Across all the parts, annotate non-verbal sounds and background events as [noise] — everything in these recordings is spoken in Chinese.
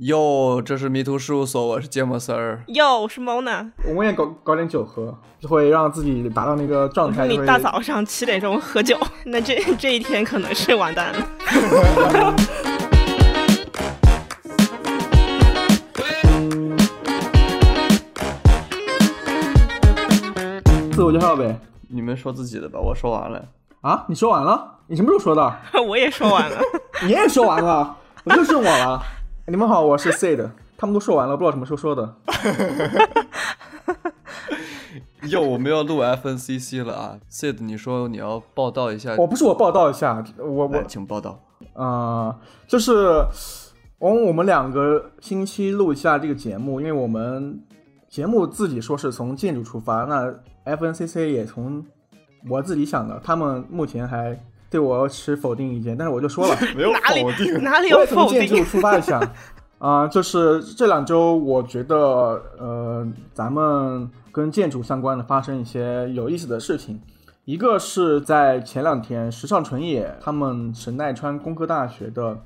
哟，这是迷途事务所，我是芥末丝儿。哟，我是 Mona，我也搞搞点酒喝，就会让自己达到那个状态。你就会大早上七点钟喝 [laughs] 酒，那这这一天可能是完蛋了。自我介绍呗。你们说自己的吧，我说完了。啊，你说完了？你什么时候说 [laughs] 的？我也说完了，你也说完了？我就剩我了。你们好，我是 Sid。他们都说完了，不知道什么时候说的。哟，我们要录 FNCC 了啊！Sid，你说你要报道一下，我不是我报道一下，我我来，请报道。啊、就是我我们两个星期录一下这个节目，因为我们节目自己说是从建筑出发，那 FNCC 也从我自己想的，他们目前还对我持否定意见，但是我就说了，没有哪里否定，哪里我有也从否建筑定？出发一下。 [laughs] 啊、就是这两周，我觉得呃，咱们跟建筑相关的发生一些有意思的事情。一个是在前两天，时尚纯野他们神奈川工科大学的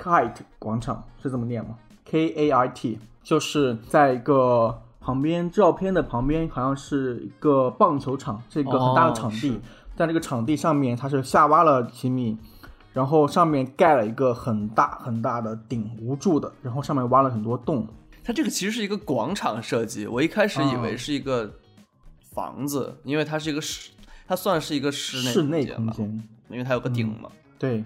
Kite 广场是这么念吗？K A I T，就是在一个旁边照片的旁边，好像是一个棒球场，是一个很大的哦场地。是在这个场地上面，它是下挖了几米，然后上面盖了一个很大很大的顶无柱的，然后上面挖了很多洞。它这个其实是一个广场设计，我一开始以嗯为是一个房子，因为它是一个室，它算是一个室内室内空吧，间，嗯因为它有个顶嘛。对，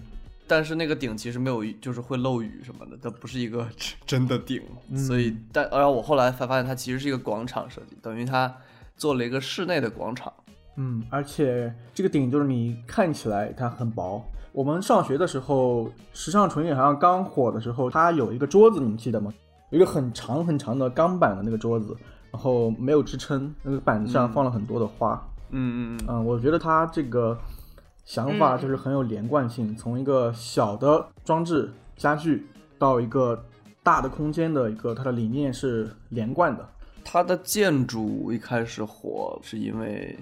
但是那个顶其实没有，就是会漏雨什么的，它不是一个 [laughs] 真的顶，嗯所以但然后我后来才发现它其实是一个广场设计，等于它做了一个室内的广场。嗯，而且这个顶就是你看起来它很薄。我们上学的时候，时尚纯野好像刚火的时候，它有一个桌子，你们记得吗？有一个很长很长的钢板的那个桌子，然后没有支撑，那个板子上放了很多的花。嗯嗯嗯，嗯，我觉得他这个想法就是很有连贯性，从一个小的装置家具到一个大的空间的一个，它的理念是连贯的。它的建筑一开始火是因为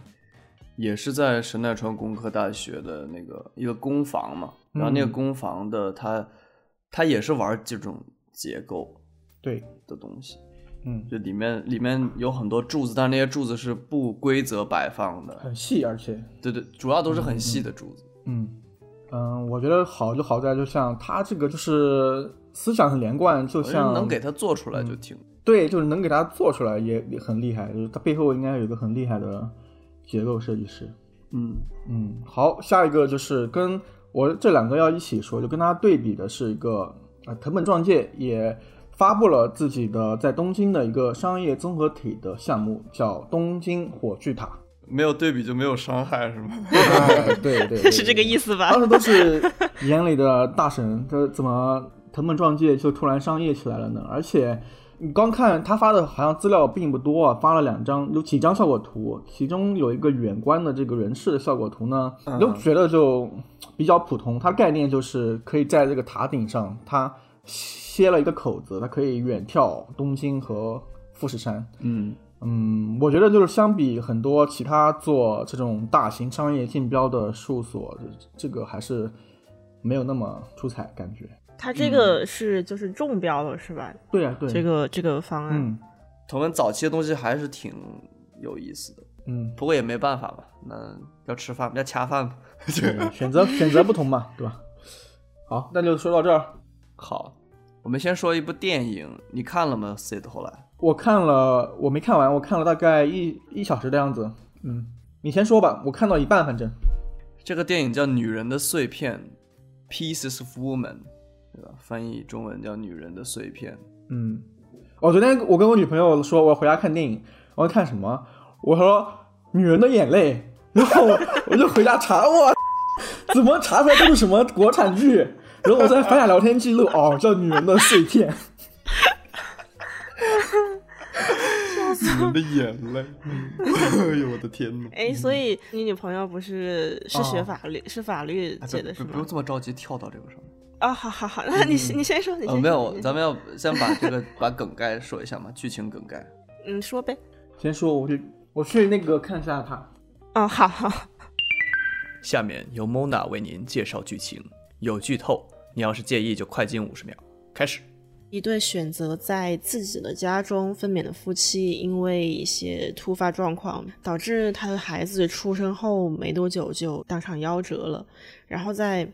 也是在神奈川工科大学的那个一个工坊嘛，然后那个嗯工坊的它它也是玩这种结构对，的东西，嗯，就里面里面有很多柱子，但是那些柱子是不规则摆放的，很细，而且，对对，主要都是很细的柱子。嗯嗯，我觉得好就好在，就像他这个就是思想很连贯，就好像像能给它做出来就挺。对，就是能给它做出来也也很厉害，就是它背后应该有一个很厉害的结构设计师。嗯，嗯，好，下一个就是跟我这两个要一起说，就跟它对比的是一个呃，藤本壮介也发布了自己的在东京的一个商业综合体的项目，叫东京火炬 [laughs] 塔。没有对比就没有伤害是吗？哎对对对， [laughs] 是这个意思。思吧当？时都是眼里的大神，这怎么藤本壮介就突然商业起来了呢？而且你光看他发的好像资料并不多啊，发了两张，有几张效果图，其中有一个远观的这个人士的效果图呢，你都觉得就比较普通。它概念就是可以在这个塔顶上，它歇了一个口子，它可以远眺东京和富士山。嗯，嗯，我觉得就是相比很多其他做这种大型商业竞标的事务所，这这个还是没有那么出彩感觉。他这个是就是中标了是吧？对呀、对，啊这个这个方案，嗯同文早期的东西还是挺有意思的，嗯，不过也没办法吧，那要吃饭要恰饭吧。对选择选择不同嘛，对吧？好，那就说到这儿。好，我们先说一部电影，你看了吗？Sid 后来我看了，我没看完，我看了大概一一小时的样子。嗯，你先说吧，我看到一半，反正这个电影叫《女人的碎片》，Pieces of Woman，对吧？翻译中文叫《女人的碎片》。 [laughs] 嗯，我昨天我跟我女朋友说，我回家看电影，我说看什么？我说《女人的眼泪》，然后我我就回家查，我怎么查出来这是什么国产剧？然后我再翻下聊天记录，哦，叫《女人的碎片》。女人的眼泪，哎呦我的天哪！哎，所以你女朋友不是是学嗯哦啊法律，是法律界的是哎不不用吗？这么着急跳到这个上面。啊，好好好，那你嗯你先说，你呃，先没说有，你咱们要先把这个 [laughs] 把梗概说一下嘛，剧情梗概。嗯说呗。先说，我去，我去那个看一下他。嗯，好好，下面由 Mona 为您介绍剧情，有剧透，你要是介意就快进五十秒，开始。一对选择在自己的家中分娩的夫妻，因为一些突发状况，导致他的孩子出生后没多久就当场夭折了。然后在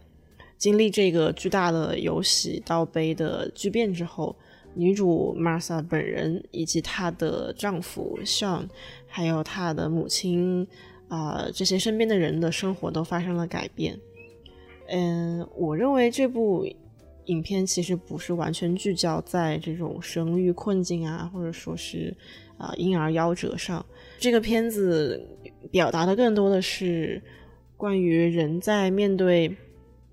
经历这个巨大的由喜到悲的巨变之后，女主 Martha 本人以及她的丈夫 Sean，还有她的母亲啊、这些身边的人的生活都发生了改变。嗯，我认为这部影片其实不是完全聚焦在这种生育困境啊，或者说是啊、婴儿夭折上。这个片子表达的更多的是关于人在面对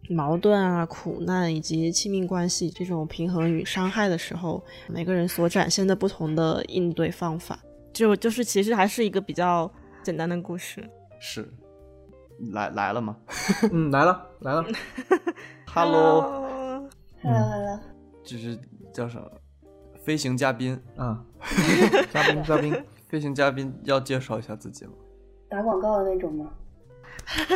矛盾啊、苦难以及亲密关系这种平衡与伤害的时候，每个人所展现的不同的应对方法。就就是其实还是一个比较简单的故事。是，来来了吗嗯，来了来了， ？Hello，好了好了，这是叫什么？飞行嘉宾，啊，嘉宾嘉宾飞行嘉宾要介绍一下自己吗？打广告的那种吗？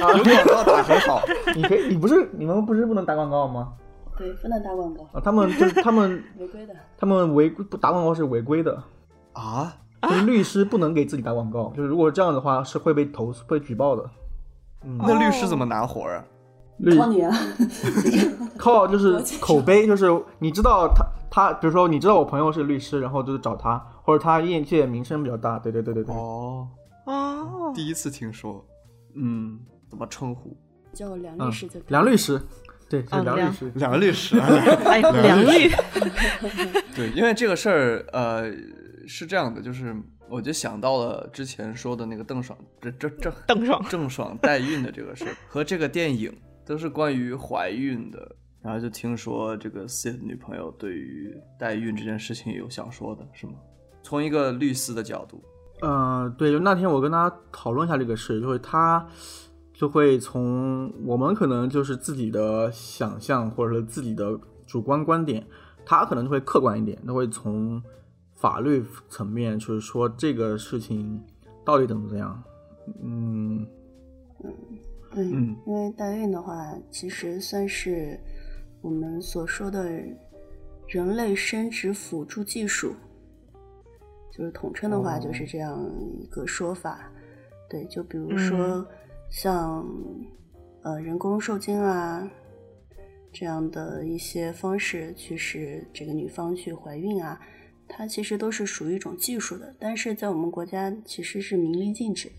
啊，告打很好，你可以，你不是你们不是不能打广告吗？对，不能打广告，啊，他们就是他们违规的。他们违规不打广告是违规的，啊，就是律师不能给自己打广告，就是如果这样的话是会被投诉、被举报的。嗯，那律师怎么拿活儿啊？律靠你啊！靠就是口碑，就是你知道他他，比如说你知道我朋友是律师，然后就是找他，或者他业界名声比较大，对对对对对，哦， [laughs] 哦，第一次听说，嗯，怎么称呼？叫梁嗯律师就可以。梁律师，对，是哦嗯梁律梁师，两个律 [laughs] 师啊，哎，梁律，对，因为这个事儿，呃，是这样的，就是我就想到了之前说的那个邓爽，这这这邓爽郑爽代孕的这个事儿和这个电影都是关于怀孕的，然后就听说这个 Sid 女朋友对于代孕这件事情有想说的，是吗？从一个律师的角度，嗯，对，就那天我跟他讨论一下这个事，就是他就会从我们可能就是自己的想象或者是自己的主观观点，他可能就会客观一点，他会从法律层面就是说这个事情到底怎么怎么样。嗯，对，嗯因为代孕的话，其实算是我们所说的人类生殖辅助技术，就是统称的话哦就是这样一个说法。对，就比如说像、呃人工受精啊这样的一些方式去使这个女方去怀孕啊，它其实都是属于一种技术的，但是在我们国家其实是明令禁止的。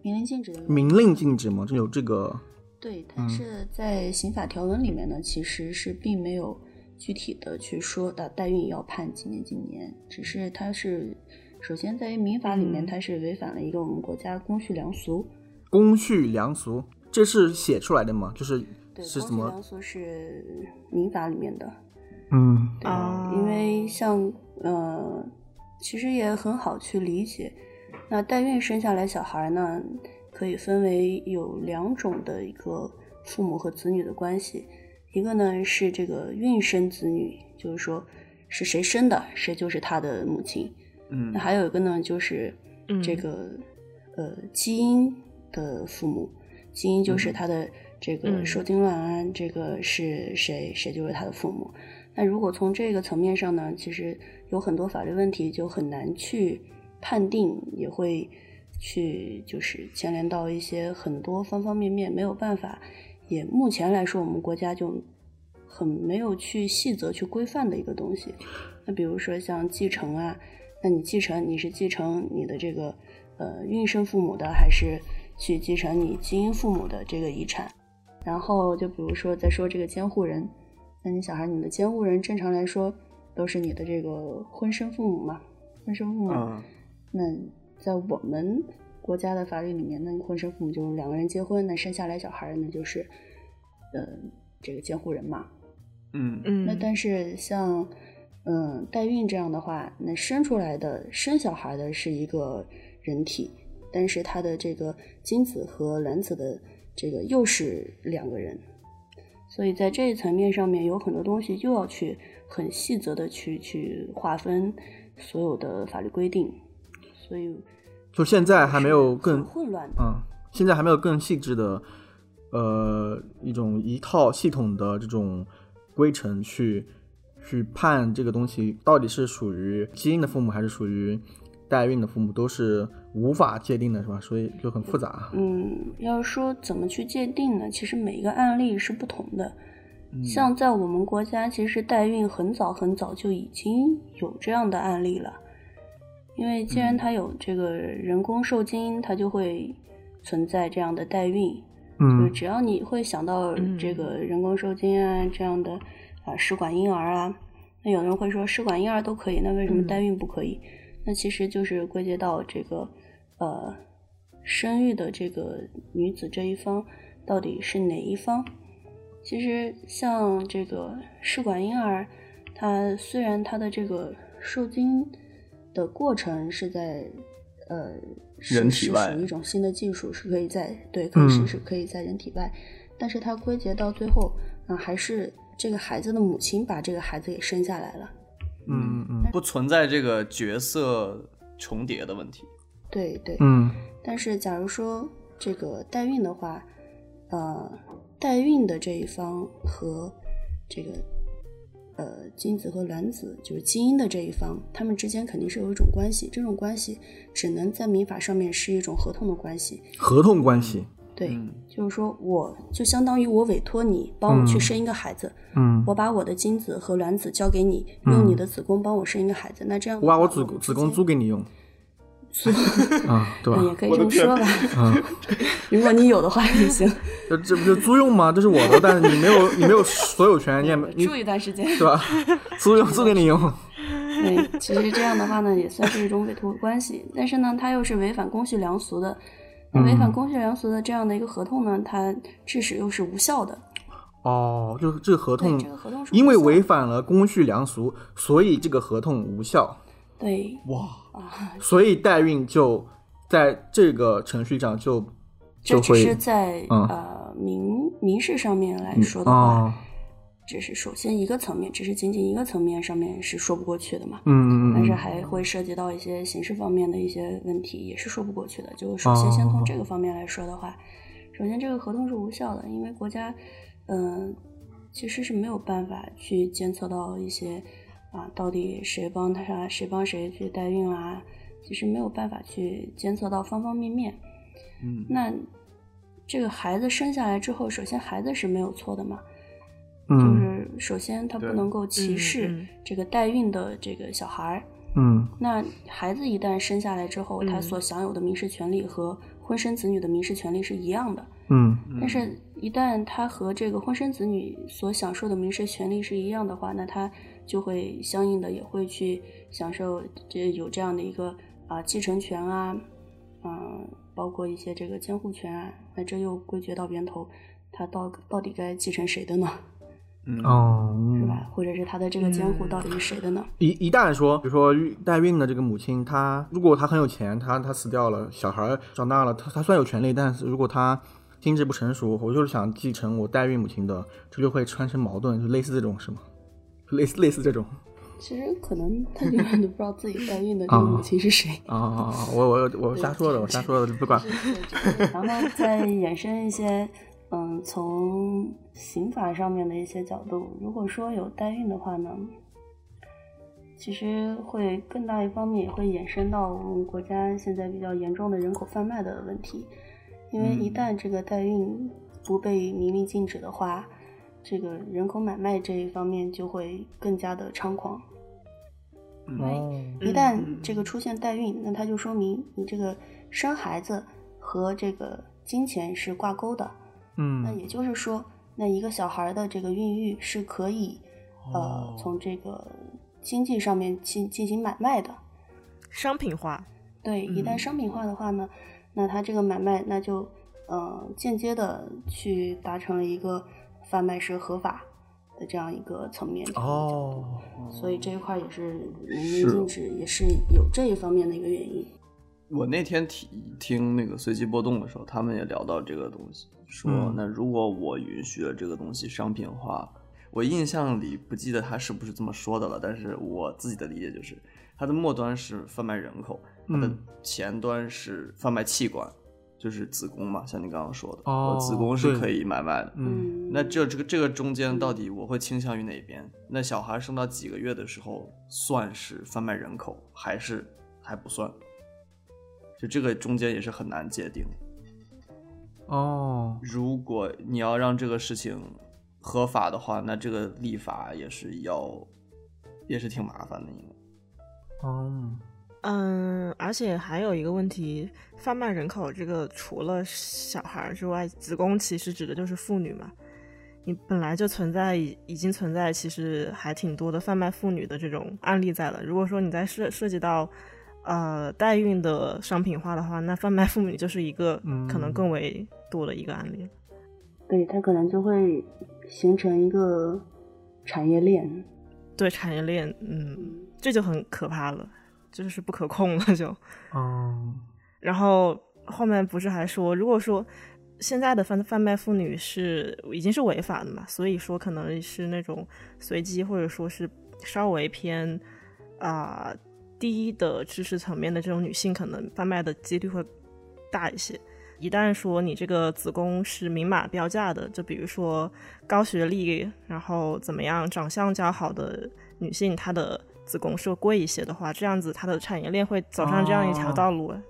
明令禁止的原因明令禁止嘛，就有这个对，嗯但是在刑法条文里面呢，其实是并没有具体的去说的代孕要判几年几年，只是它是首先在于民法里面，嗯它是违反了一个我们国家公序良俗。公序良俗，这是写出来的嘛，就是对，是公怎序么？良俗是民法里面的，嗯对，啊，因为像呃，其实也很好去理解。那代孕生下来小孩儿呢，可以分为有两种的一个父母和子女的关系，一个呢是这个孕生子女，就是说是谁生的，谁就是他的母亲。嗯那还有一个呢，就是嗯这个、呃基因的父母，基因就是他的这个嗯受精卵啊，这个是谁，谁就是他的父母。那如果从这个层面上呢，其实有很多法律问题就很难去判定，也会去就是牵连到一些很多方方面面，没有办法。也目前来说，我们国家就很没有去细则去规范的一个东西。那比如说像继承啊，那你继承你是继承你的这个呃孕生父母的，还是去继承你基因父母的这个遗产？然后就比如说再说这个监护人，那你小孩你的监护人正常来说都是你的这个婚生父母嘛，婚生父母。嗯那在我们国家的法律里面，那婚生父母就是两个人结婚，那生下来小孩儿那就是呃这个监护人嘛。嗯嗯，那但是像嗯代孕这样的话，那生出来的生小孩的是一个人体，但是它的这个精子和卵子的这个又是两个人，所以在这一层面上面有很多东西又要去很细则的去去划分所有的法律规定，所以就现在还没有是更很混乱的。嗯，现在还没有更细致的，呃，一种一套系统的这种规程去去判这个东西到底是属于基因的父母还是属于代孕的父母，都是无法界定的，是吧？所以就很复杂。啊嗯，要说怎么去界定呢？其实每一个案例是不同的。嗯像在我们国家，其实代孕很早很早就已经有这样的案例了，因为既然它有这个人工受精，它就会存在这样的代孕。就是嗯只要你会想到嗯这个人工受精啊、这样的啊试管婴儿啊，那有人会说试管婴儿都可以，那为什么嗯代孕不可以？那其实就是归结到这个呃生育的这个女子这一方到底是哪一方？其实像这个试管婴儿，它虽然它的这个受精的过程是在呃是人体是外属于一种新的技术，是可以在对可以是嗯是可以在人体外，但是它归结到最后啊、还是这个孩子的母亲把这个孩子给生下来了。嗯嗯不存在这个角色重叠的问题。对对，嗯但是假如说这个代孕的话，呃，代孕的这一方和这个呃精子和卵子，就是基因的这一方，他们之间肯定是有一种关系，这种关系只能在民法上面是一种合同的关系。合同关系。对，嗯就是说我就相当于我委托你帮我去嗯生一个孩子，嗯，我把我的精子和卵子交给你，嗯用你的子宫帮我生一个孩子，那这样我把我的子话子宫租给你 [laughs] 用租，啊，对嗯吧？也可以这么说吧，啊， [laughs] 如果你有的话也行。这这不就租用吗？这是我的，但是你没有 [laughs] 你没有所有权，你也 [laughs] [laughs] 没你住一段时间。对吧？租用租给你用。对，其实这样的话呢，也算是一种委托关系，但是呢，它又是违反公序良俗的。那违反嗯公序良俗的这样的一个合同呢，它致使又是无效的。哦，就是这个合对，同这个合同是无因为效的违反了公序良俗，所以这个合同无效，对哇，啊，所以代孕就在这个程序上就这就只是会在、嗯呃民民事上面来嗯说的话，哦，只是首先一个层面，只是仅仅一个层面上面是说不过去的嘛。嗯嗯但是嗯还会涉及到一些刑事方面的一些问题，也是说不过去的。就是首先哦先从这个方面来说的话，首先这个合同是无效的，因为国家，嗯、其实是没有办法去监测到一些啊，到底谁帮他谁帮谁去代孕啦、其实没有办法去监测到方方面面。嗯，那这个孩子生下来之后，首先孩子是没有错的嘛，就嗯是首先他不对能够歧嗯视嗯这个代孕的这个小孩儿。嗯那孩子一旦生下来之后，他嗯所享有的民事权利和婚生子女的民事权利是一样的，嗯嗯但是，一旦他和这个婚生子女所享受的民事权利是一样的话，那他就会相应的也会去享受这有这样的一个啊、继承权啊，嗯、包括一些这个监护权啊，那这又归结到源头，他到到底该继承谁的呢？嗯，哦，是嗯吧？或者是他的这个监护嗯到底是谁的呢？一一旦说，比如说孕代孕的这个母亲，她如果她很有钱，她她死掉了，小孩儿长大了，她她虽然有权利，但是如果她心智不成熟，我就是想继承我代孕母亲的，这就会产生矛盾，就类似这种是吗？就类似类似这种其实可能他永远都不知道自己代孕的这个母亲是谁。啊、哦哦，我我我瞎说的，我瞎说的，不管。然后再衍生一些，嗯，从刑法上面的一些角度，如果说有代孕的话呢，其实会更大一方面也会衍生到我们国家现在比较严重的人口贩卖的问题，因为一嗯旦这个代孕不被明令禁止的话，这个人口买卖这一方面就会更加的猖狂。嗯一嗯旦嗯这个出现代孕，那它就说明你这个生孩子和这个金钱是挂钩的。那嗯也就是说，那一个小孩儿的这个孕育是可以，呃哦，从这个经济上面进进行买卖的。商品化，对，一旦嗯商品化的话呢，那它这个买卖那就呃间接的去达成了一个贩卖是合法的这样一个层面。这样一个角度，哦，所以这一块也是明是令禁止，也是有这一方面的一个原因。我那天听听那个随机波动的时候，他们也聊到这个东西，说、嗯那如果我允许了这个东西商品化，我印象里不记得他是不是这么说的了，但是我自己的理解就是，它的末端是贩卖人口，它的嗯前端是贩卖器官，就是子宫嘛，像你刚刚说的，哦我子宫是对可以买卖的。嗯，那这这个这个中间到底我会倾向于哪边？那小孩生到几个月的时候算是贩卖人口，还是还不算？就这个中间也是很难界定。哦，如果你要让这个事情合法的话，那这个立法也是要，也是挺麻烦的，应该。哦，嗯，而且还有一个问题，贩卖人口这个除了小孩儿之外，子宫其实指的就是妇女嘛。你本来就存在已已经存在，其实还挺多的贩卖妇女的这种案例在了。如果说你在涉涉及到呃代孕的商品化的话，那贩卖妇女就是一个可能嗯更为多的一个案例了。对，它可能就会形成一个产业链。对产业链，嗯，这就很可怕了，就是不可控了就。哦，然后后面不是还说，如果说现在的贩贩卖妇女是已经是违法的嘛，所以说可能是那种随机或者说是稍微偏啊、低的知识层面的这种女性，可能贩卖的几率会大一些。一旦说你这个子宫是明码标价的，就比如说高学历，然后怎么样长相较好的女性，她的子宫是会贵一些的话，这样子她的产业链会走上这样一条哦道路。啊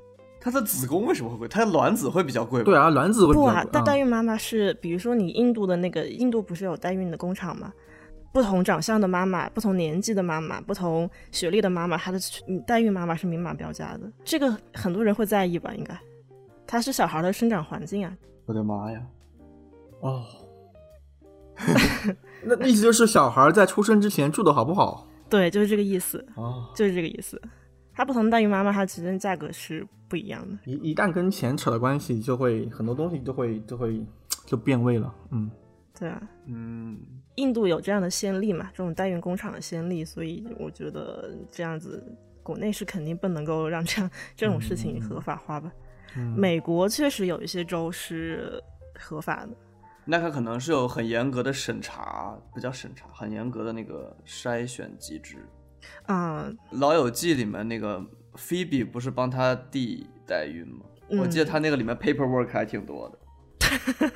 它的子宫为什么会贵？它的卵子会比较贵吧？对啊，卵子会比不较啊，但代孕孕妈妈是，比如说你印度的那个，印度不是有代孕的工厂吗？不同长相的妈妈，不同年纪的妈妈，不同学历的妈妈，她的嗯代孕妈妈是明码标价的，这个很多人会在意吧？应该，它是小孩的生长环境啊，我的妈呀！ [laughs] 哦。那那意思就是小孩在出生之前住的好不好？对，就是这个意思，哦，就是这个意思。它不同的代孕妈妈，它其实价格是不一样的。一一旦跟钱扯了关系，就会很多东西就会就会就变味了。 [laughs] 嗯，对啊，嗯，印度有这样的先例嘛，这种代孕工厂的先例，所以我觉得这样子，国内是肯定不能够让这样这种事情合法化吧。嗯美国确实有一些州是合法的，那它可能是有很严格的审查，不叫审查，很严格的那个筛选机制。啊、 《老友记》里面那个菲比不是帮他弟代孕吗？嗯我记得他那个里面 paperwork 还挺多的。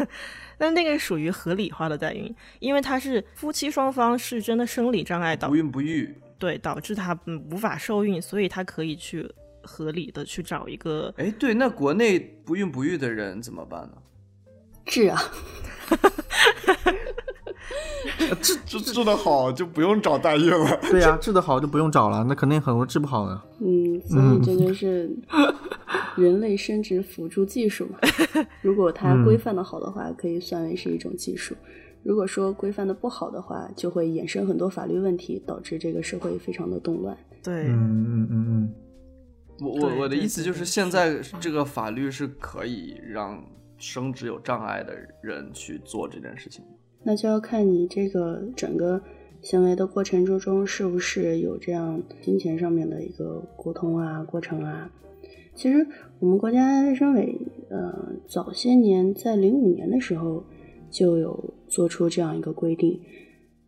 但那个属于合理化的代孕，因为它是夫妻双方是真的生理障碍导不孕不育，对导致他嗯无法受孕，所以他可以去合理的去找一个哎，对，那国内不孕不育的人怎么办呢？治啊，治治治得好就不用找代孕了。对呀、治得好就不用找了，那肯定很多治不好的。嗯，所以这就是人类生殖辅助技术嘛。如果它规范的好的话，可以算为是一种技术；如果说规范的不好的话，就会衍生很多法律问题，导致这个社会非常的动乱。对、嗯嗯嗯我我对我的对意思对就对是，现在这个法律是可以让生殖有障碍的人去做这件事情。那就要看你这个整个行为的过程之中是不是有这样金钱上面的一个沟通啊、过程啊。其实我们国家卫生委呃早些年在零五年的时候就有做出这样一个规定，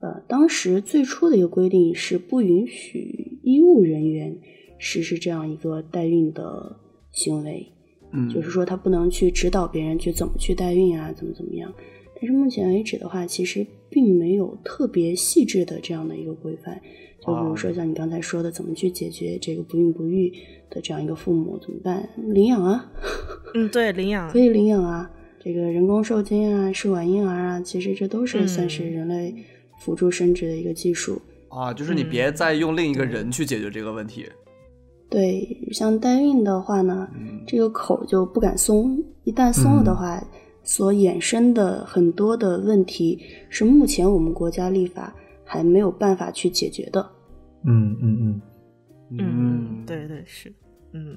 呃，当时最初的一个规定是不允许医务人员实施这样一个代孕的行为。嗯就是说他不能去指导别人去怎么去代孕啊，怎么怎么样。但是目前为止的话，其实并没有特别细致的这样的一个规范。就比如说像你刚才说的，怎么去解决这个不孕不育的这样一个父母怎么办？领养啊，嗯对领养可以领养啊，这个人工受精啊、试管婴儿啊，其实这都是算是嗯人类辅助生殖的一个技术。啊，就是你别再用另一个人去解决这个问嗯题。对，像代孕的话呢，嗯，这个口儿就不敢松，一旦松了的话，所衍生的很多的问题是目前我们国家立法还没有办法去解决的。嗯嗯嗯，嗯，对对是，嗯，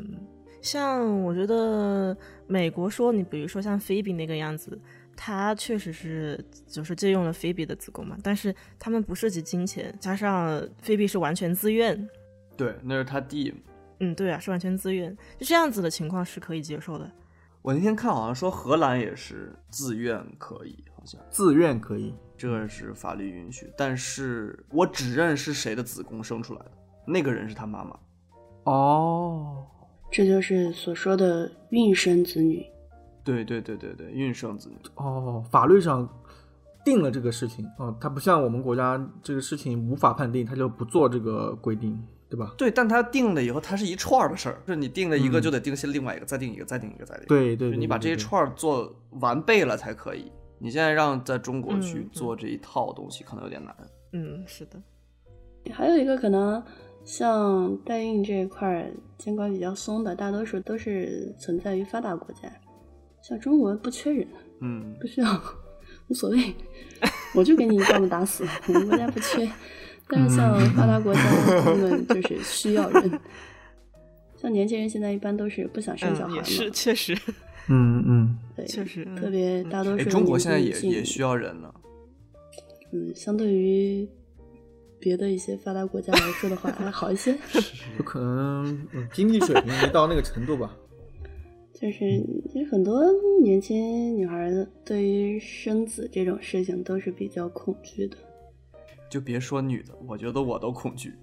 像我觉得美国说你，比如说像菲比那个样子，他确实是就是借用了菲比的子宫嘛，但是他们不涉及金钱，加上菲比是完全自愿，对，那是他弟。嗯，对啊，是完全自愿，就这样子的情况是可以接受的。我那天看好像说荷兰也是自愿可以，好像自愿可以。这个是法律允许，但是我只认是谁的子宫生出来的，那个人是他妈妈。哦，这就是所说的孕生子女。对对对对对，孕生子女，哦，法律上定了这个事情哦，它不像我们国家这个事情无法判定，它就不做这个规定，对吧？对，但他定了以后，它是一串儿的事儿，就是你定了一个，嗯就得定下另外一个，再定一个，再定一个，再定一个。对对就对，是你把这对一对串儿做完备了才可以。你现在让在中国去嗯嗯做这一套东西，可能有点难。嗯，是的，还有一个可能像代孕这一块儿监管比较松的，大多数都是存在于发达国家，像中国不缺人，嗯，不需要，无所谓，我就给你一棒子打死，我们国家不缺。但是像发达国家，他们就是需要人。像年轻人现在一般都是不想生小嗯，孩嘛也， [laughs] 是，确实，嗯嗯，对，确实，嗯特别大多数哎，人中国现在也年纪也需要人呢。嗯，相对于别的一些发达国家来说的话，还好一些。 [laughs] 就可能、嗯、经济水平没到那个程度吧。就是其实很多年轻女孩儿对于生子这种事情都是比较恐惧的。就别说女的，我觉得我都恐惧。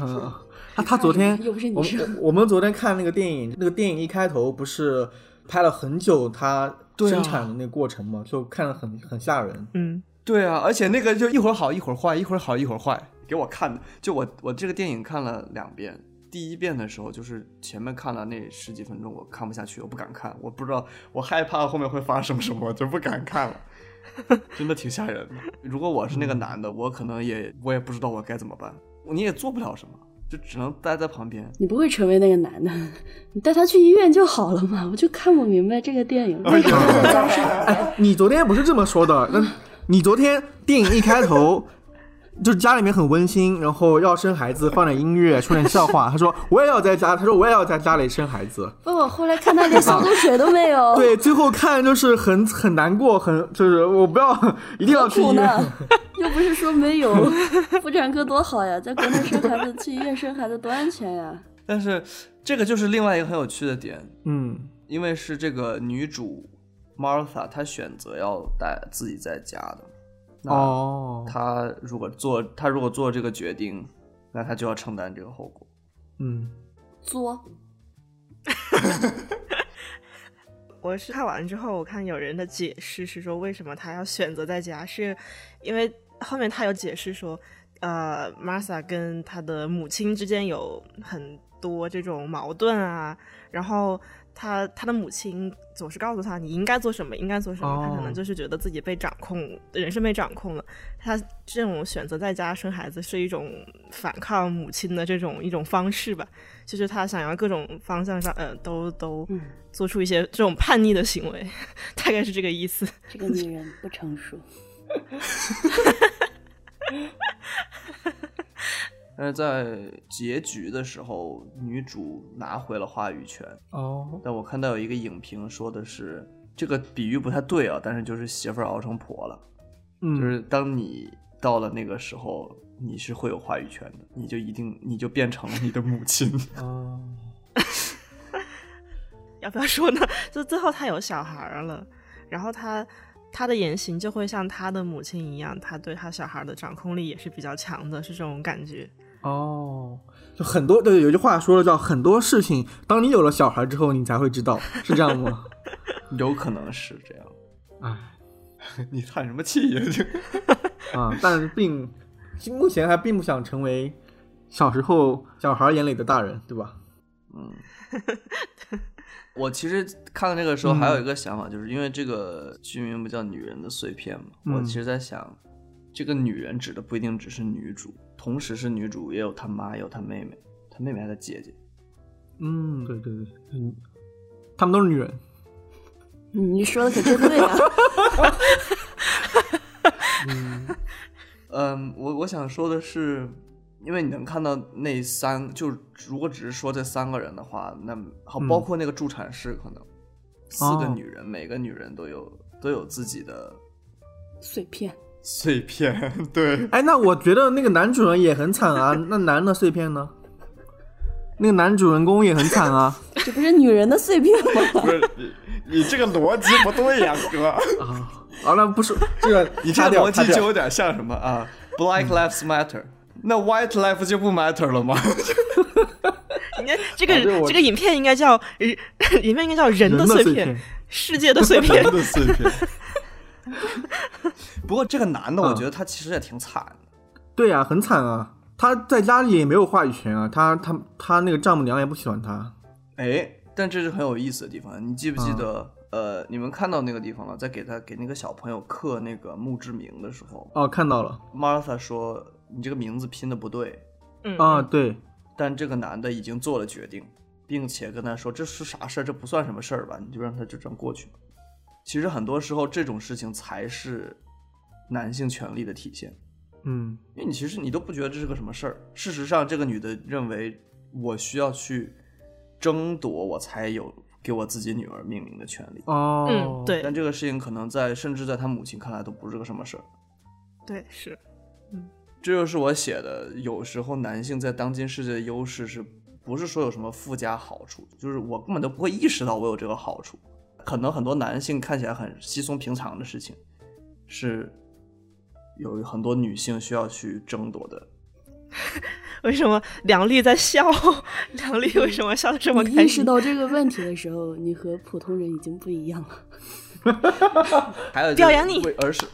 嗯，他他昨天又不 [laughs] 是你我生们我们昨天看那个电影，那个电影一开头不是拍了很久他对啊生产的那个过程嘛，就看着很很吓人。嗯，对啊，而且那个就一会儿好一会儿坏，一会儿好一会儿坏，给我看的。就我我这个电影看了两遍，第一遍的时候就是前面看了那十几分钟，我看不下去，我不敢看，我不知道，我害怕后面会发生什么，我就不敢看了。 [laughs] 真的挺吓人的。如果我是那个男的，我可能也我也不知道我该怎么办，嗯你也做不了什么，就只能待在旁边。你不会成为那个男的， [laughs] 你带他去医院就好了嘛。我就看不明白这个电影哦为什么这么遭受。哎，你昨天不是这么说 [laughs] 的？那你昨天电影一开头。 [laughs] 就是家里面很温馨，然后要生孩子，放点音乐，说点笑 [laughs] 话。他说我也要在家，他说我也要在家里生孩子。不，我后来看他连消毒水都没有， [laughs] 对，最后看就是很很难过，很就是我不要， [laughs] 一定要去苦医呢院。， [laughs] 又不是说没有，妇产科多好呀，在国内生孩子去医院生孩子多安全呀。但是这个就是另外一个很有趣的点，嗯，因为是这个女主 Martha，她选择要待自己在家的。那哦，她如果做她如果做这个决定，那她就要承担这个后果。嗯，作，我是看完之后，我看有人的解释是说，为什么他要选择在家，是因为后面他有解释说，呃，Martha 跟他的母亲之间有很多这种矛盾啊，然后他他的母亲总是告诉他你应该做什么，应该做什么，哦他可能就是觉得自己被掌控，人生被掌控了。他这种选择在家生孩子是一种反抗母亲的这种一种方式吧，就是他想要各种方向上，呃，都都嗯做出一些这种叛逆的行为， [laughs] 大概是这个意思。 [laughs] 这个女人不 [laughs] 成熟。但是在结局的时候，女主拿回了话语权。哦，但我看到有一个影评说的是，这个比喻不太对啊，但是就是媳妇儿熬成婆了，嗯，就是当你到了那个时候，你是会有话语权的，你就一定你就变成了你的母亲。 [laughs] 哦，要不要说呢？ [laughs] 就最后他有小孩儿了，然后他他的言行就会像他的母亲一样，他对他小孩的掌控力也是比较强的，是这种感觉。哦，就很多对，有句话说的叫很多事情，当你有了小孩之后，你才会知道，是这样吗？ [laughs] 有可能是这样。哎， [laughs] 你叹什么气呀？ [laughs] 这个 [laughs] 啊，但并目前还并不想成为小时候小孩眼里的大人，对吧？嗯，我其实看到这个时候还有一个想法，就是因为这个剧名不叫《女人的碎片》嘛，嗯我其实在想，这个女人指的不一定只是女主，同时是女主也有她妈，也有她妹妹，她妹妹还她姐姐。嗯，对对对，嗯，他们都是女人，嗯，你说的可真对啊。 [laughs] 嗯，我我想说的是，因为你能看到那三，就如果只是说这三个人的话，那好，嗯包括那个助产士，可能、四个哦女人，每个女人都有都有自己的碎片，碎片， [laughs] 对，哎，那我觉得那个男主人也很惨啊，那男的碎片呢？那个男主人公也很惨啊这不是女人的碎片吗？不是你你这个逻辑不对呀、哥， [laughs] 啊！好了，不是 [laughs] 这个，你这擦个掉逻擦辑就掉有点像什么啊？Black lives matter，、那 White life 就不 matter 了吗？。应该这啊对个我 [laughs] [laughs] 这个影片应该叫人影片应该叫人人的的碎碎片，片世界的碎 [laughs] 片的碎片。 [laughs] 不过这个男嗯的，我觉得他其实也挺惨的。对呀、很惨啊！他在家里也没有话语权啊，他他他那个丈母娘也不喜欢他。哎，但这是很有意思的地方。你记不记得？嗯呃，你们看到那个地方了？在给他给那个小朋友刻那个墓志铭的时候哦，看到了，Martha 说：“你这个名字拼的不对。嗯啊，对，”但这个男的已经做了决定，并且跟他说：“这是啥事儿？这不算什么事儿吧？你就让他就这样过去吧。”其实很多时候，这种事情才是男性权利的体现。嗯因为你其实你都不觉得这是个什么事儿。事实上，这个女的认为我需要去争夺，我才有给我自己女儿命名的权利。哦，嗯，，对但这个事情可能在甚至在她母亲看来都不是个什么事儿。对是，这就是我写的，有时候男性在当今世界的优势是不是说有什么附加好处？就是我根本都不会意识到我有这个好处。可能很多男性看起来很稀松平常的事情，是有很多女性需要去争夺的。为什么梁丽在笑？ [laughs] 梁丽为什么笑得这么你开意识心？到这个问题的时候，你和普通人已经不一样了。还有就是表扬你为而是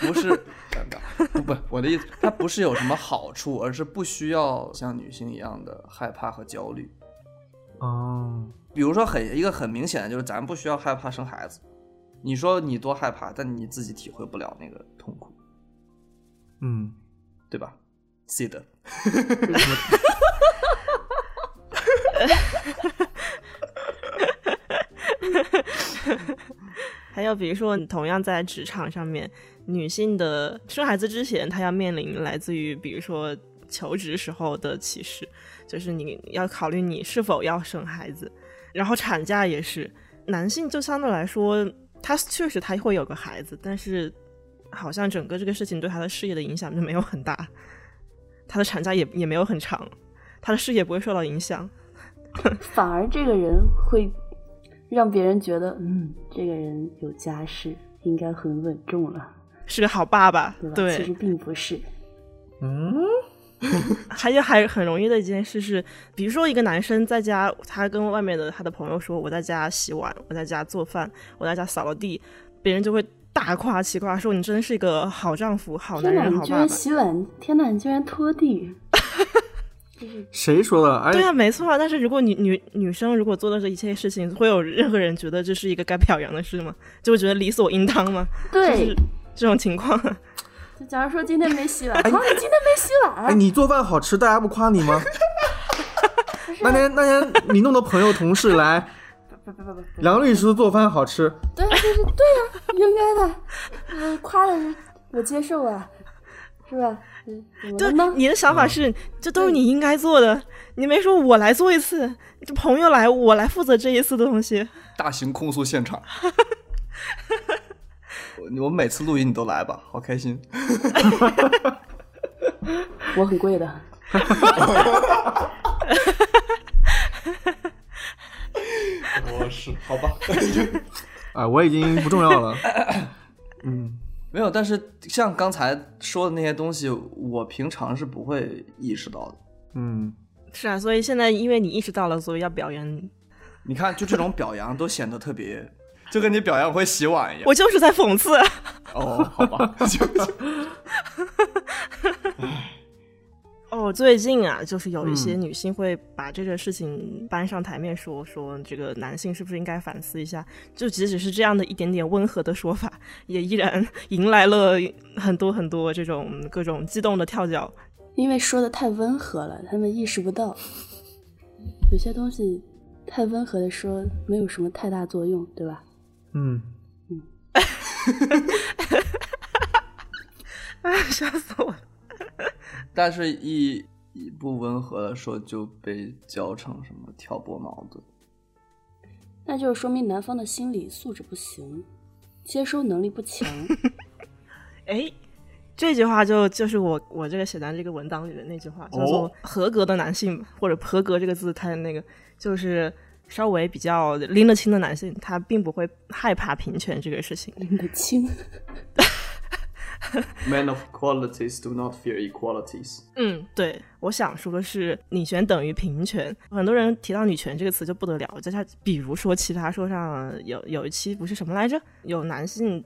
不是尴尬不不我的意思，它不是有什么好处，而是不需要像女性一样的害怕和焦虑。哦，比如说很一个很明显的就是，咱不需要害怕生孩子。你说你多害怕，但你自己体会不了那个痛苦，嗯，对吧？C 的，还有比如说，同样在职场上面，女性的生孩子之前，她要面临来自于比如说求职时候的歧视，就是你要考虑你是否要生孩子，然后产假也是，男性就相对来说，他确实他会有个孩子，但是好像整个这个事情对他的事业的影响就没有很大，他的产假也也没有很长，他的事业不会受到影响。反而这个人会让别人觉得，嗯，这个人有家室，应该很稳重了，是个好爸爸对，吧？对，其实并不是。嗯，还有还很容易的一件事是，比如说一个男生在家，他跟外面的他的朋友说：“我在家洗碗，我在家做饭，我在家扫了地。”别人就会大夸其夸说：“你真是一个好丈夫、好男天哪，人、你好居爸然爸。洗碗！天哪，你居然拖地！就是谁说的？”哎，对啊，没错啊。但是如果女女女生如果做了这一切事情，会有任何人觉得这是一个该表扬的事吗？就会觉得理所应当吗？对，这种情况，就假如说今天没洗碗，啊，你今天没洗哎，碗，你做饭好吃，大家不夸你吗？那天那天你弄的朋友同事来，不不不不，不梁律师做饭好吃，对，啊就是对呀，应该的，呃，夸的是我接受啊，是吧？嗯，怎么嗯对了呢？你的想法是，这都是你应该做的，你没说我来做一次，这朋友来我来负责这一次的东西。大型控诉现 [laughs] 场。我我每次录音你都来吧，好开心。我很贵的，我是好吧。啊，我已经不重要了。 [laughs] [laughs] 没有，但是像刚才说的那些东西，我平常是不会意识到的。嗯，是啊，所以现在因为你意识到了，所以要表扬你。你看，就这种表扬都显得特别，就跟你表扬我会洗碗一样。我就是在讽 [laughs] 刺， [laughs] 哦，好吧， [laughs] 就就哦，最近啊，就是有一些女性会把这个事情搬上台面说，说这个男性是不是应该反思一下？就即使是这样的一点点温和的说法，也依然迎来了很多很多这种各种激动的跳脚。因为说的太温和了，他们意识不到，有些东西太温和的说没有什么太大作用，对吧？嗯，哎，笑死我了！但是一一不温和的说就被教成什么挑拨矛盾。那就是说明男方的心理素质不行，接收能力不强。 [laughs] 哎，这句话就就是我我这个写在这个文档里的那句话，叫做哦“合格的男性”或者“合格”这个字，它那个就是稍微比较拎得清的男性，他并不会害怕平权这个事情。拎得清， Men of qualities do not fear equalities。嗯，对，我想说的是，女权等于平权。很多人提到女权这个词就不得了，就像比如说奇葩说上有有一期不是什么来着，有男性。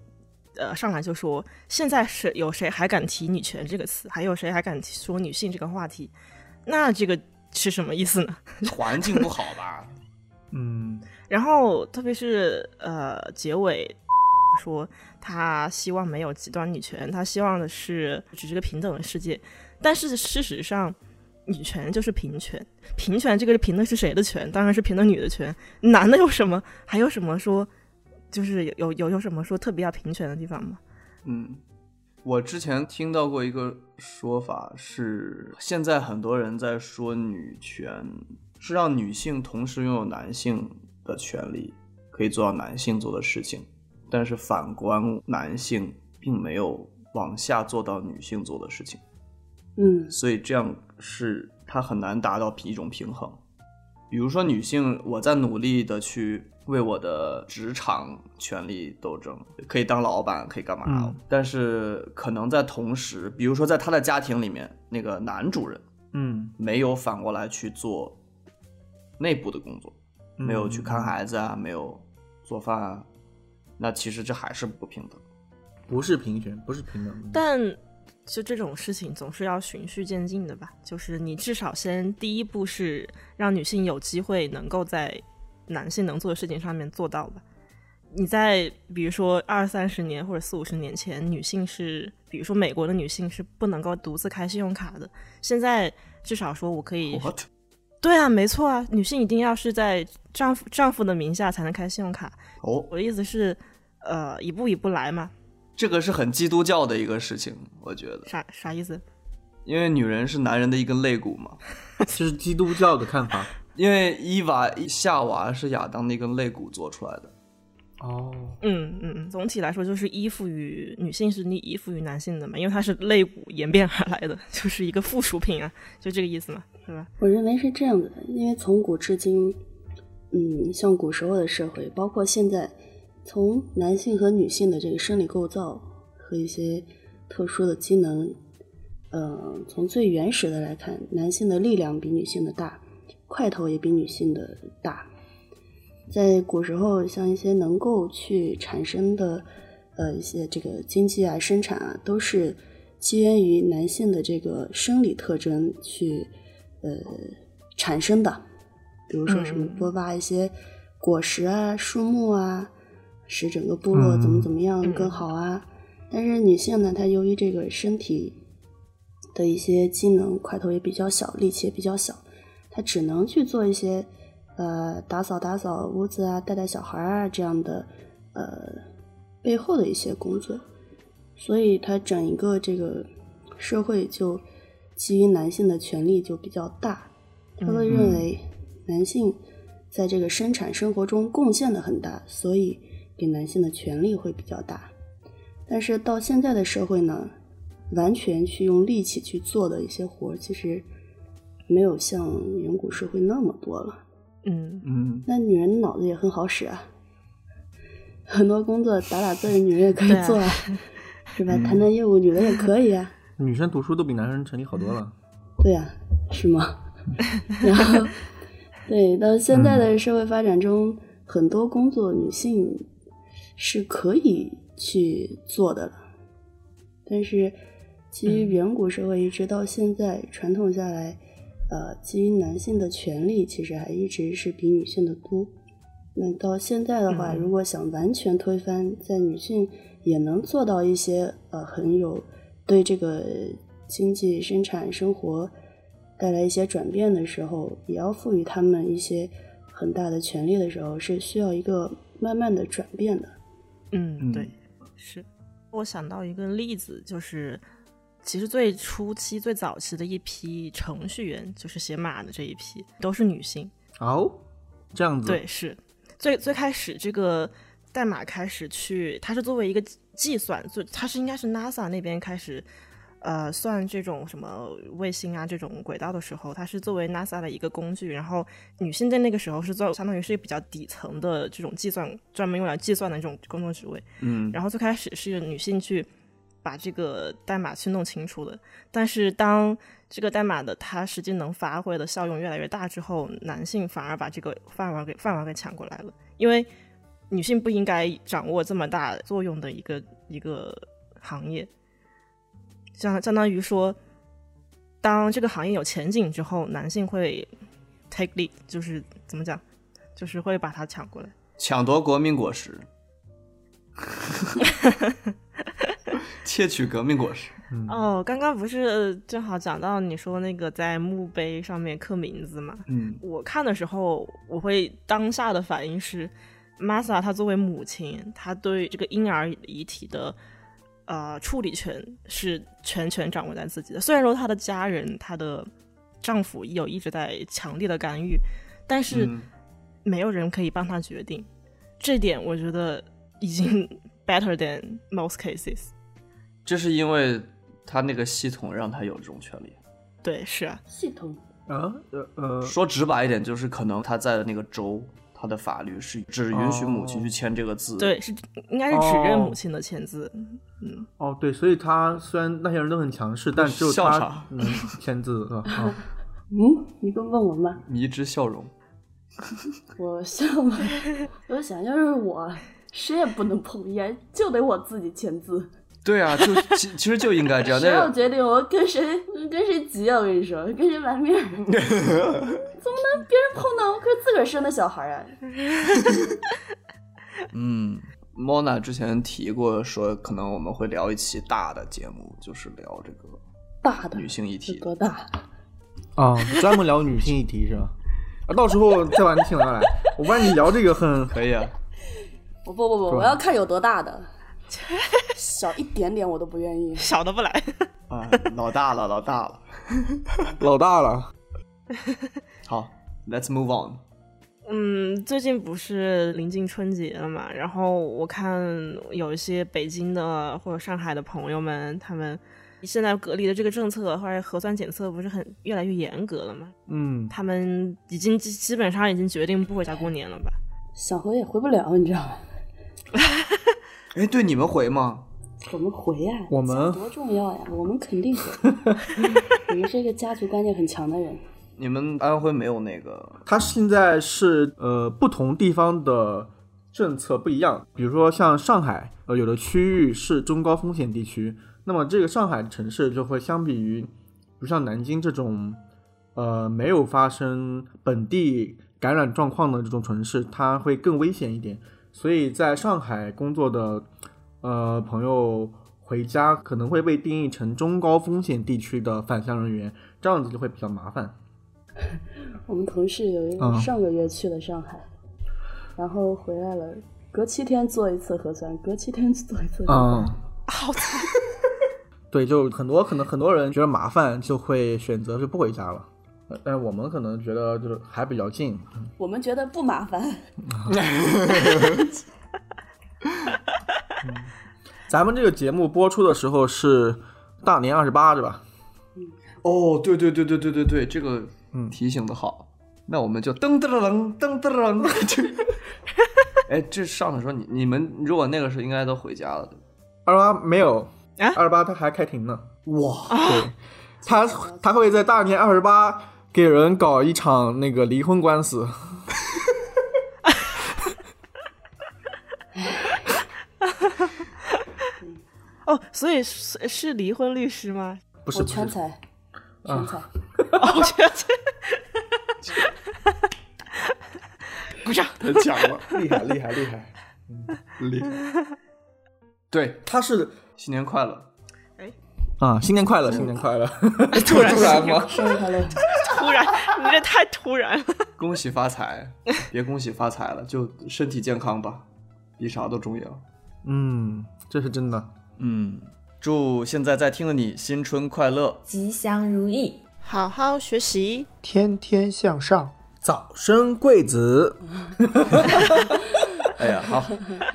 呃，上来就说现在是有谁还敢提女权这个词，还有谁还敢说女性这个话题？那这个是什么意思呢？环境不好吧？嗯，然后特别是呃，结尾说他希望没有极端女权，他希望的是只是个平等的世界。但是事实上，女权就是平权，平权这个平的是谁的权？当然是平等女的权。男的有什么？还有什么说？就是有有有有什么说特别要平权的地方吗？ [laughs] 嗯，我之前听到过一个说法是，现在很多人在说女权是让女性同时拥有男性的权利，可以做到男性做的事情，但是反观男性并没有往下做到女性做的事情，嗯所以这样是它很难达到一种平衡。比如说女性，我在努力的去为我的职场权利斗争，可以当老板，可以干嘛？嗯但是可能在同时，比如说在他的家庭里面，那个男主人嗯，没有反过来去做内部的工作，嗯没有去看，孩子啊，没有做饭啊，那其实这还是不平等。不是平权，不是平等。但就这种事情总是要循序渐进的吧，就是你至少先第一步是让女性有机会能够在男性能做的事情上面做到吧。你在比如说二三十年或者四五十年前，女性是比如说美国的女性是不能够独自开信用卡的，现在至少说我可嗯以 What？对啊，没错啊，女性一定要是在丈夫丈夫的名下才能开信用卡。哦，我的意思是，呃，一步一步来嘛，这个是很基督教的一个事情，我觉得，啥啥意思？因为女人是男人的一根肋骨嘛。这是基督教的看法。因为伊娃夏娃是亚当那根肋骨做出来的，哦，嗯嗯，嗯，总体来说就是依附于女性是依依附于男性的嘛，因为它是肋骨演变而来的， [laughs] 就是一个附属品啊，就这个意思嘛，对吧？我认为是这样的，因为从古至今，嗯，像古时候的社会，包括现在，从男性和女性的这个生理构造和一些特殊的机能，呃，从最原始的来看，男性的力量比女性的大，块头也比女性的大。在古时候，像一些能够去产生的，呃，一些这个经济啊、生产啊，都是基源于男性的这个生理特征去，呃，产生的。比如说什么嗯多挖一些果实啊、树木啊，使整个部落怎么怎么样更好啊。但是女性呢，她由于这个身体的一些机能，块头也比较小，力气也比较小，她只能去做一些呃打扫打扫屋子啊、带带小孩啊这样的呃背后的一些工作，所以她整一个这个社会就基于男性的权利就比较大，他会认为男性在这个生产生活中贡献的很大，所以给男性的权利会比较大。但是到现在的社会呢，完全去用力气去做的一些活儿，其实没有像远古社会那么多了。嗯，嗯，那女人脑子也很好使啊，很多工作打打字儿，女人也可以对啊 [laughs] 做啊，是吧？谈谈业务，女人也可以啊。女生读书都比男生成绩好多了。对呀、是吗？然后，对，到现在的社会发展中，很多工作女性是可以去做的了，但是基于远古社会一直到现在传统下来，呃，基于男性的权利其实还一直是比女性的多。那到现在的话，嗯如果想完全推翻，在女性也能做到一些呃很有对这个经济生产生活带来一些转变的时候，也要赋予他们一些很大的权利的时候，是需要一个慢慢的转变的。嗯，嗯对，是。我想到一个例子，就是其实最初期、最早期的一批程序员，就是写码的这一批，都是女性。哦，这样子。对，是最最开始这个代码开始去，它是作为一个计计算，就它是应该是 NASA 那边开始。呃，算这种什么卫星啊，这种轨道的时候，它是作为 NASA 的一个工具。然后女性在那个时候是做，相当于是比较底层的这种计算，专门用来计算的这种工作职位。嗯，然后最开始是女性去把这个代码去弄清楚的。但是当这个代码的它实际能发挥的效用越来越大之后，男性反而把这个饭碗给饭碗给抢过来了，因为女性不应该掌握这么大作用的一个一个行业，相相当于说，当这个行业有前景之后，男性会 take lead，就是怎么讲，就是会把它抢过来。抢夺国民果实， [laughs] 窃取革命果实。哦，刚刚不是正好讲到你说那个在墓碑上面刻名字嘛？嗯，我看的时候，我会当下的反应是，Masa 她作为母亲，她对这个婴儿遗体的呃处理权是全权掌握在自己的。虽然说她的家人、她的丈夫有一直在强烈的干预，但是嗯没有人可以帮她决定。这点我觉得已经 [laughs] better than most cases。这是因为他那个系统让他有这种权利。对，是啊，系统啊呃呃，说直白一点，就是可能他在的那个州，他的法律是只允许母亲去签这个字。对，是应该是指认哦母亲的签字。 [laughs] 嗯，哦对，所以他虽然那些人都很强势，但只有笑他场能签字啊。啊嗯，你不问我吗？迷之笑容。我想，我想，要是我，谁也不能碰烟，就得我自己签字。对啊，就其其实就应该这 [laughs] 样。谁要但是决定我跟谁跟谁急啊！我跟你说，跟谁 [laughs] 玩命儿，怎么能别人碰到？我可是自个儿生的小孩儿啊！嗯，Mona 之前提过说，可能我们会聊一期大的节目，就是聊这个大的女性议有题。多大？啊，专门聊女性议题是吧？啊，到时候再把你请来来，我发现你聊这个很可以啊，我不不不，是吧我要看有多大的，小一点点我都不愿意。小的不来。啊， [laughs] 老大了，老大了。老大了。好，Let's move on。嗯，最近不是临近春节了嘛，然后我看有一些北京的或者上海的朋友们，他们现在隔离的这个政策或者核酸检测不是很越来越严格了嘛，嗯，他们已经基基本上已经决定不回家过年了吧？想回也回不了，你知道吗？哎，对，你们回吗？我们回呀、我们讲多重要呀！我们肯定 [laughs] 回。我们是一个家族观念很强的人，你们安徽没有那个它现在是呃不同地方的政策不一样，比如说像上海，呃有的区域是中高风险地区，那么这个上海城市就会相比于，比如像南京这种，呃没有发生本地感染状况的这种城市，它会更危险一点，所以在上海工作的呃朋友。回家可能会被定义成中高风险地区的返乡人员，这样子就会比较麻烦。我们同事有一个嗯上个月去了上海，然后回来了，隔七天做一次核酸，隔七天做一次核酸。嗯，好惨。 [laughs] 对，就很多可能很多人觉得麻烦，就会选择就不回家了。呃但我们可能觉得就是还比较近，我们觉得不麻烦，咱们这个节目播出的时候是大年二十八，是吧？哦，对对对对对对对，这个嗯提醒的好。那我们就噔噔噔噔噔噔， [laughs] 就哎，这上的时候你你们如果那个时候应该都回家了，对吧二十八没有，啊二十八他还开庭呢。 [laughs] 哇，对，他他会在大年二十八给人搞一场那个离婚官司。哦，所以是是离婚律师吗？ [laughs] 不是啊不我是全才，全才。哦，这这， [laughs] 鼓掌。太强了，厉害厉害厉害，厉害。 [laughs] 对，他是新年快乐！啊，新年快乐，新年快乐，突然 [laughs] 突然吗？生日快乐！突然，你这太突然了。恭喜发财，别恭喜发财了，就身体健康吧，比啥都重要。嗯，这是真的。嗯，祝现在在听的你新春快乐。吉祥如意。好好学习，天天向上。早生贵子，哎呀，好，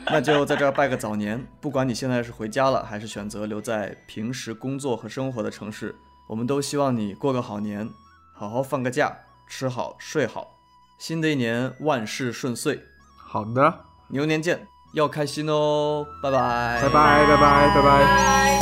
那就在这儿拜个早年。不管你现在是回家了，还是选择留在平时工作和生活的城市，我们都希望你过个好年，好好放个假，吃好睡好。新的一年万事顺遂，好的，牛年见，要开心哦，拜拜，拜拜拜拜拜拜。拜。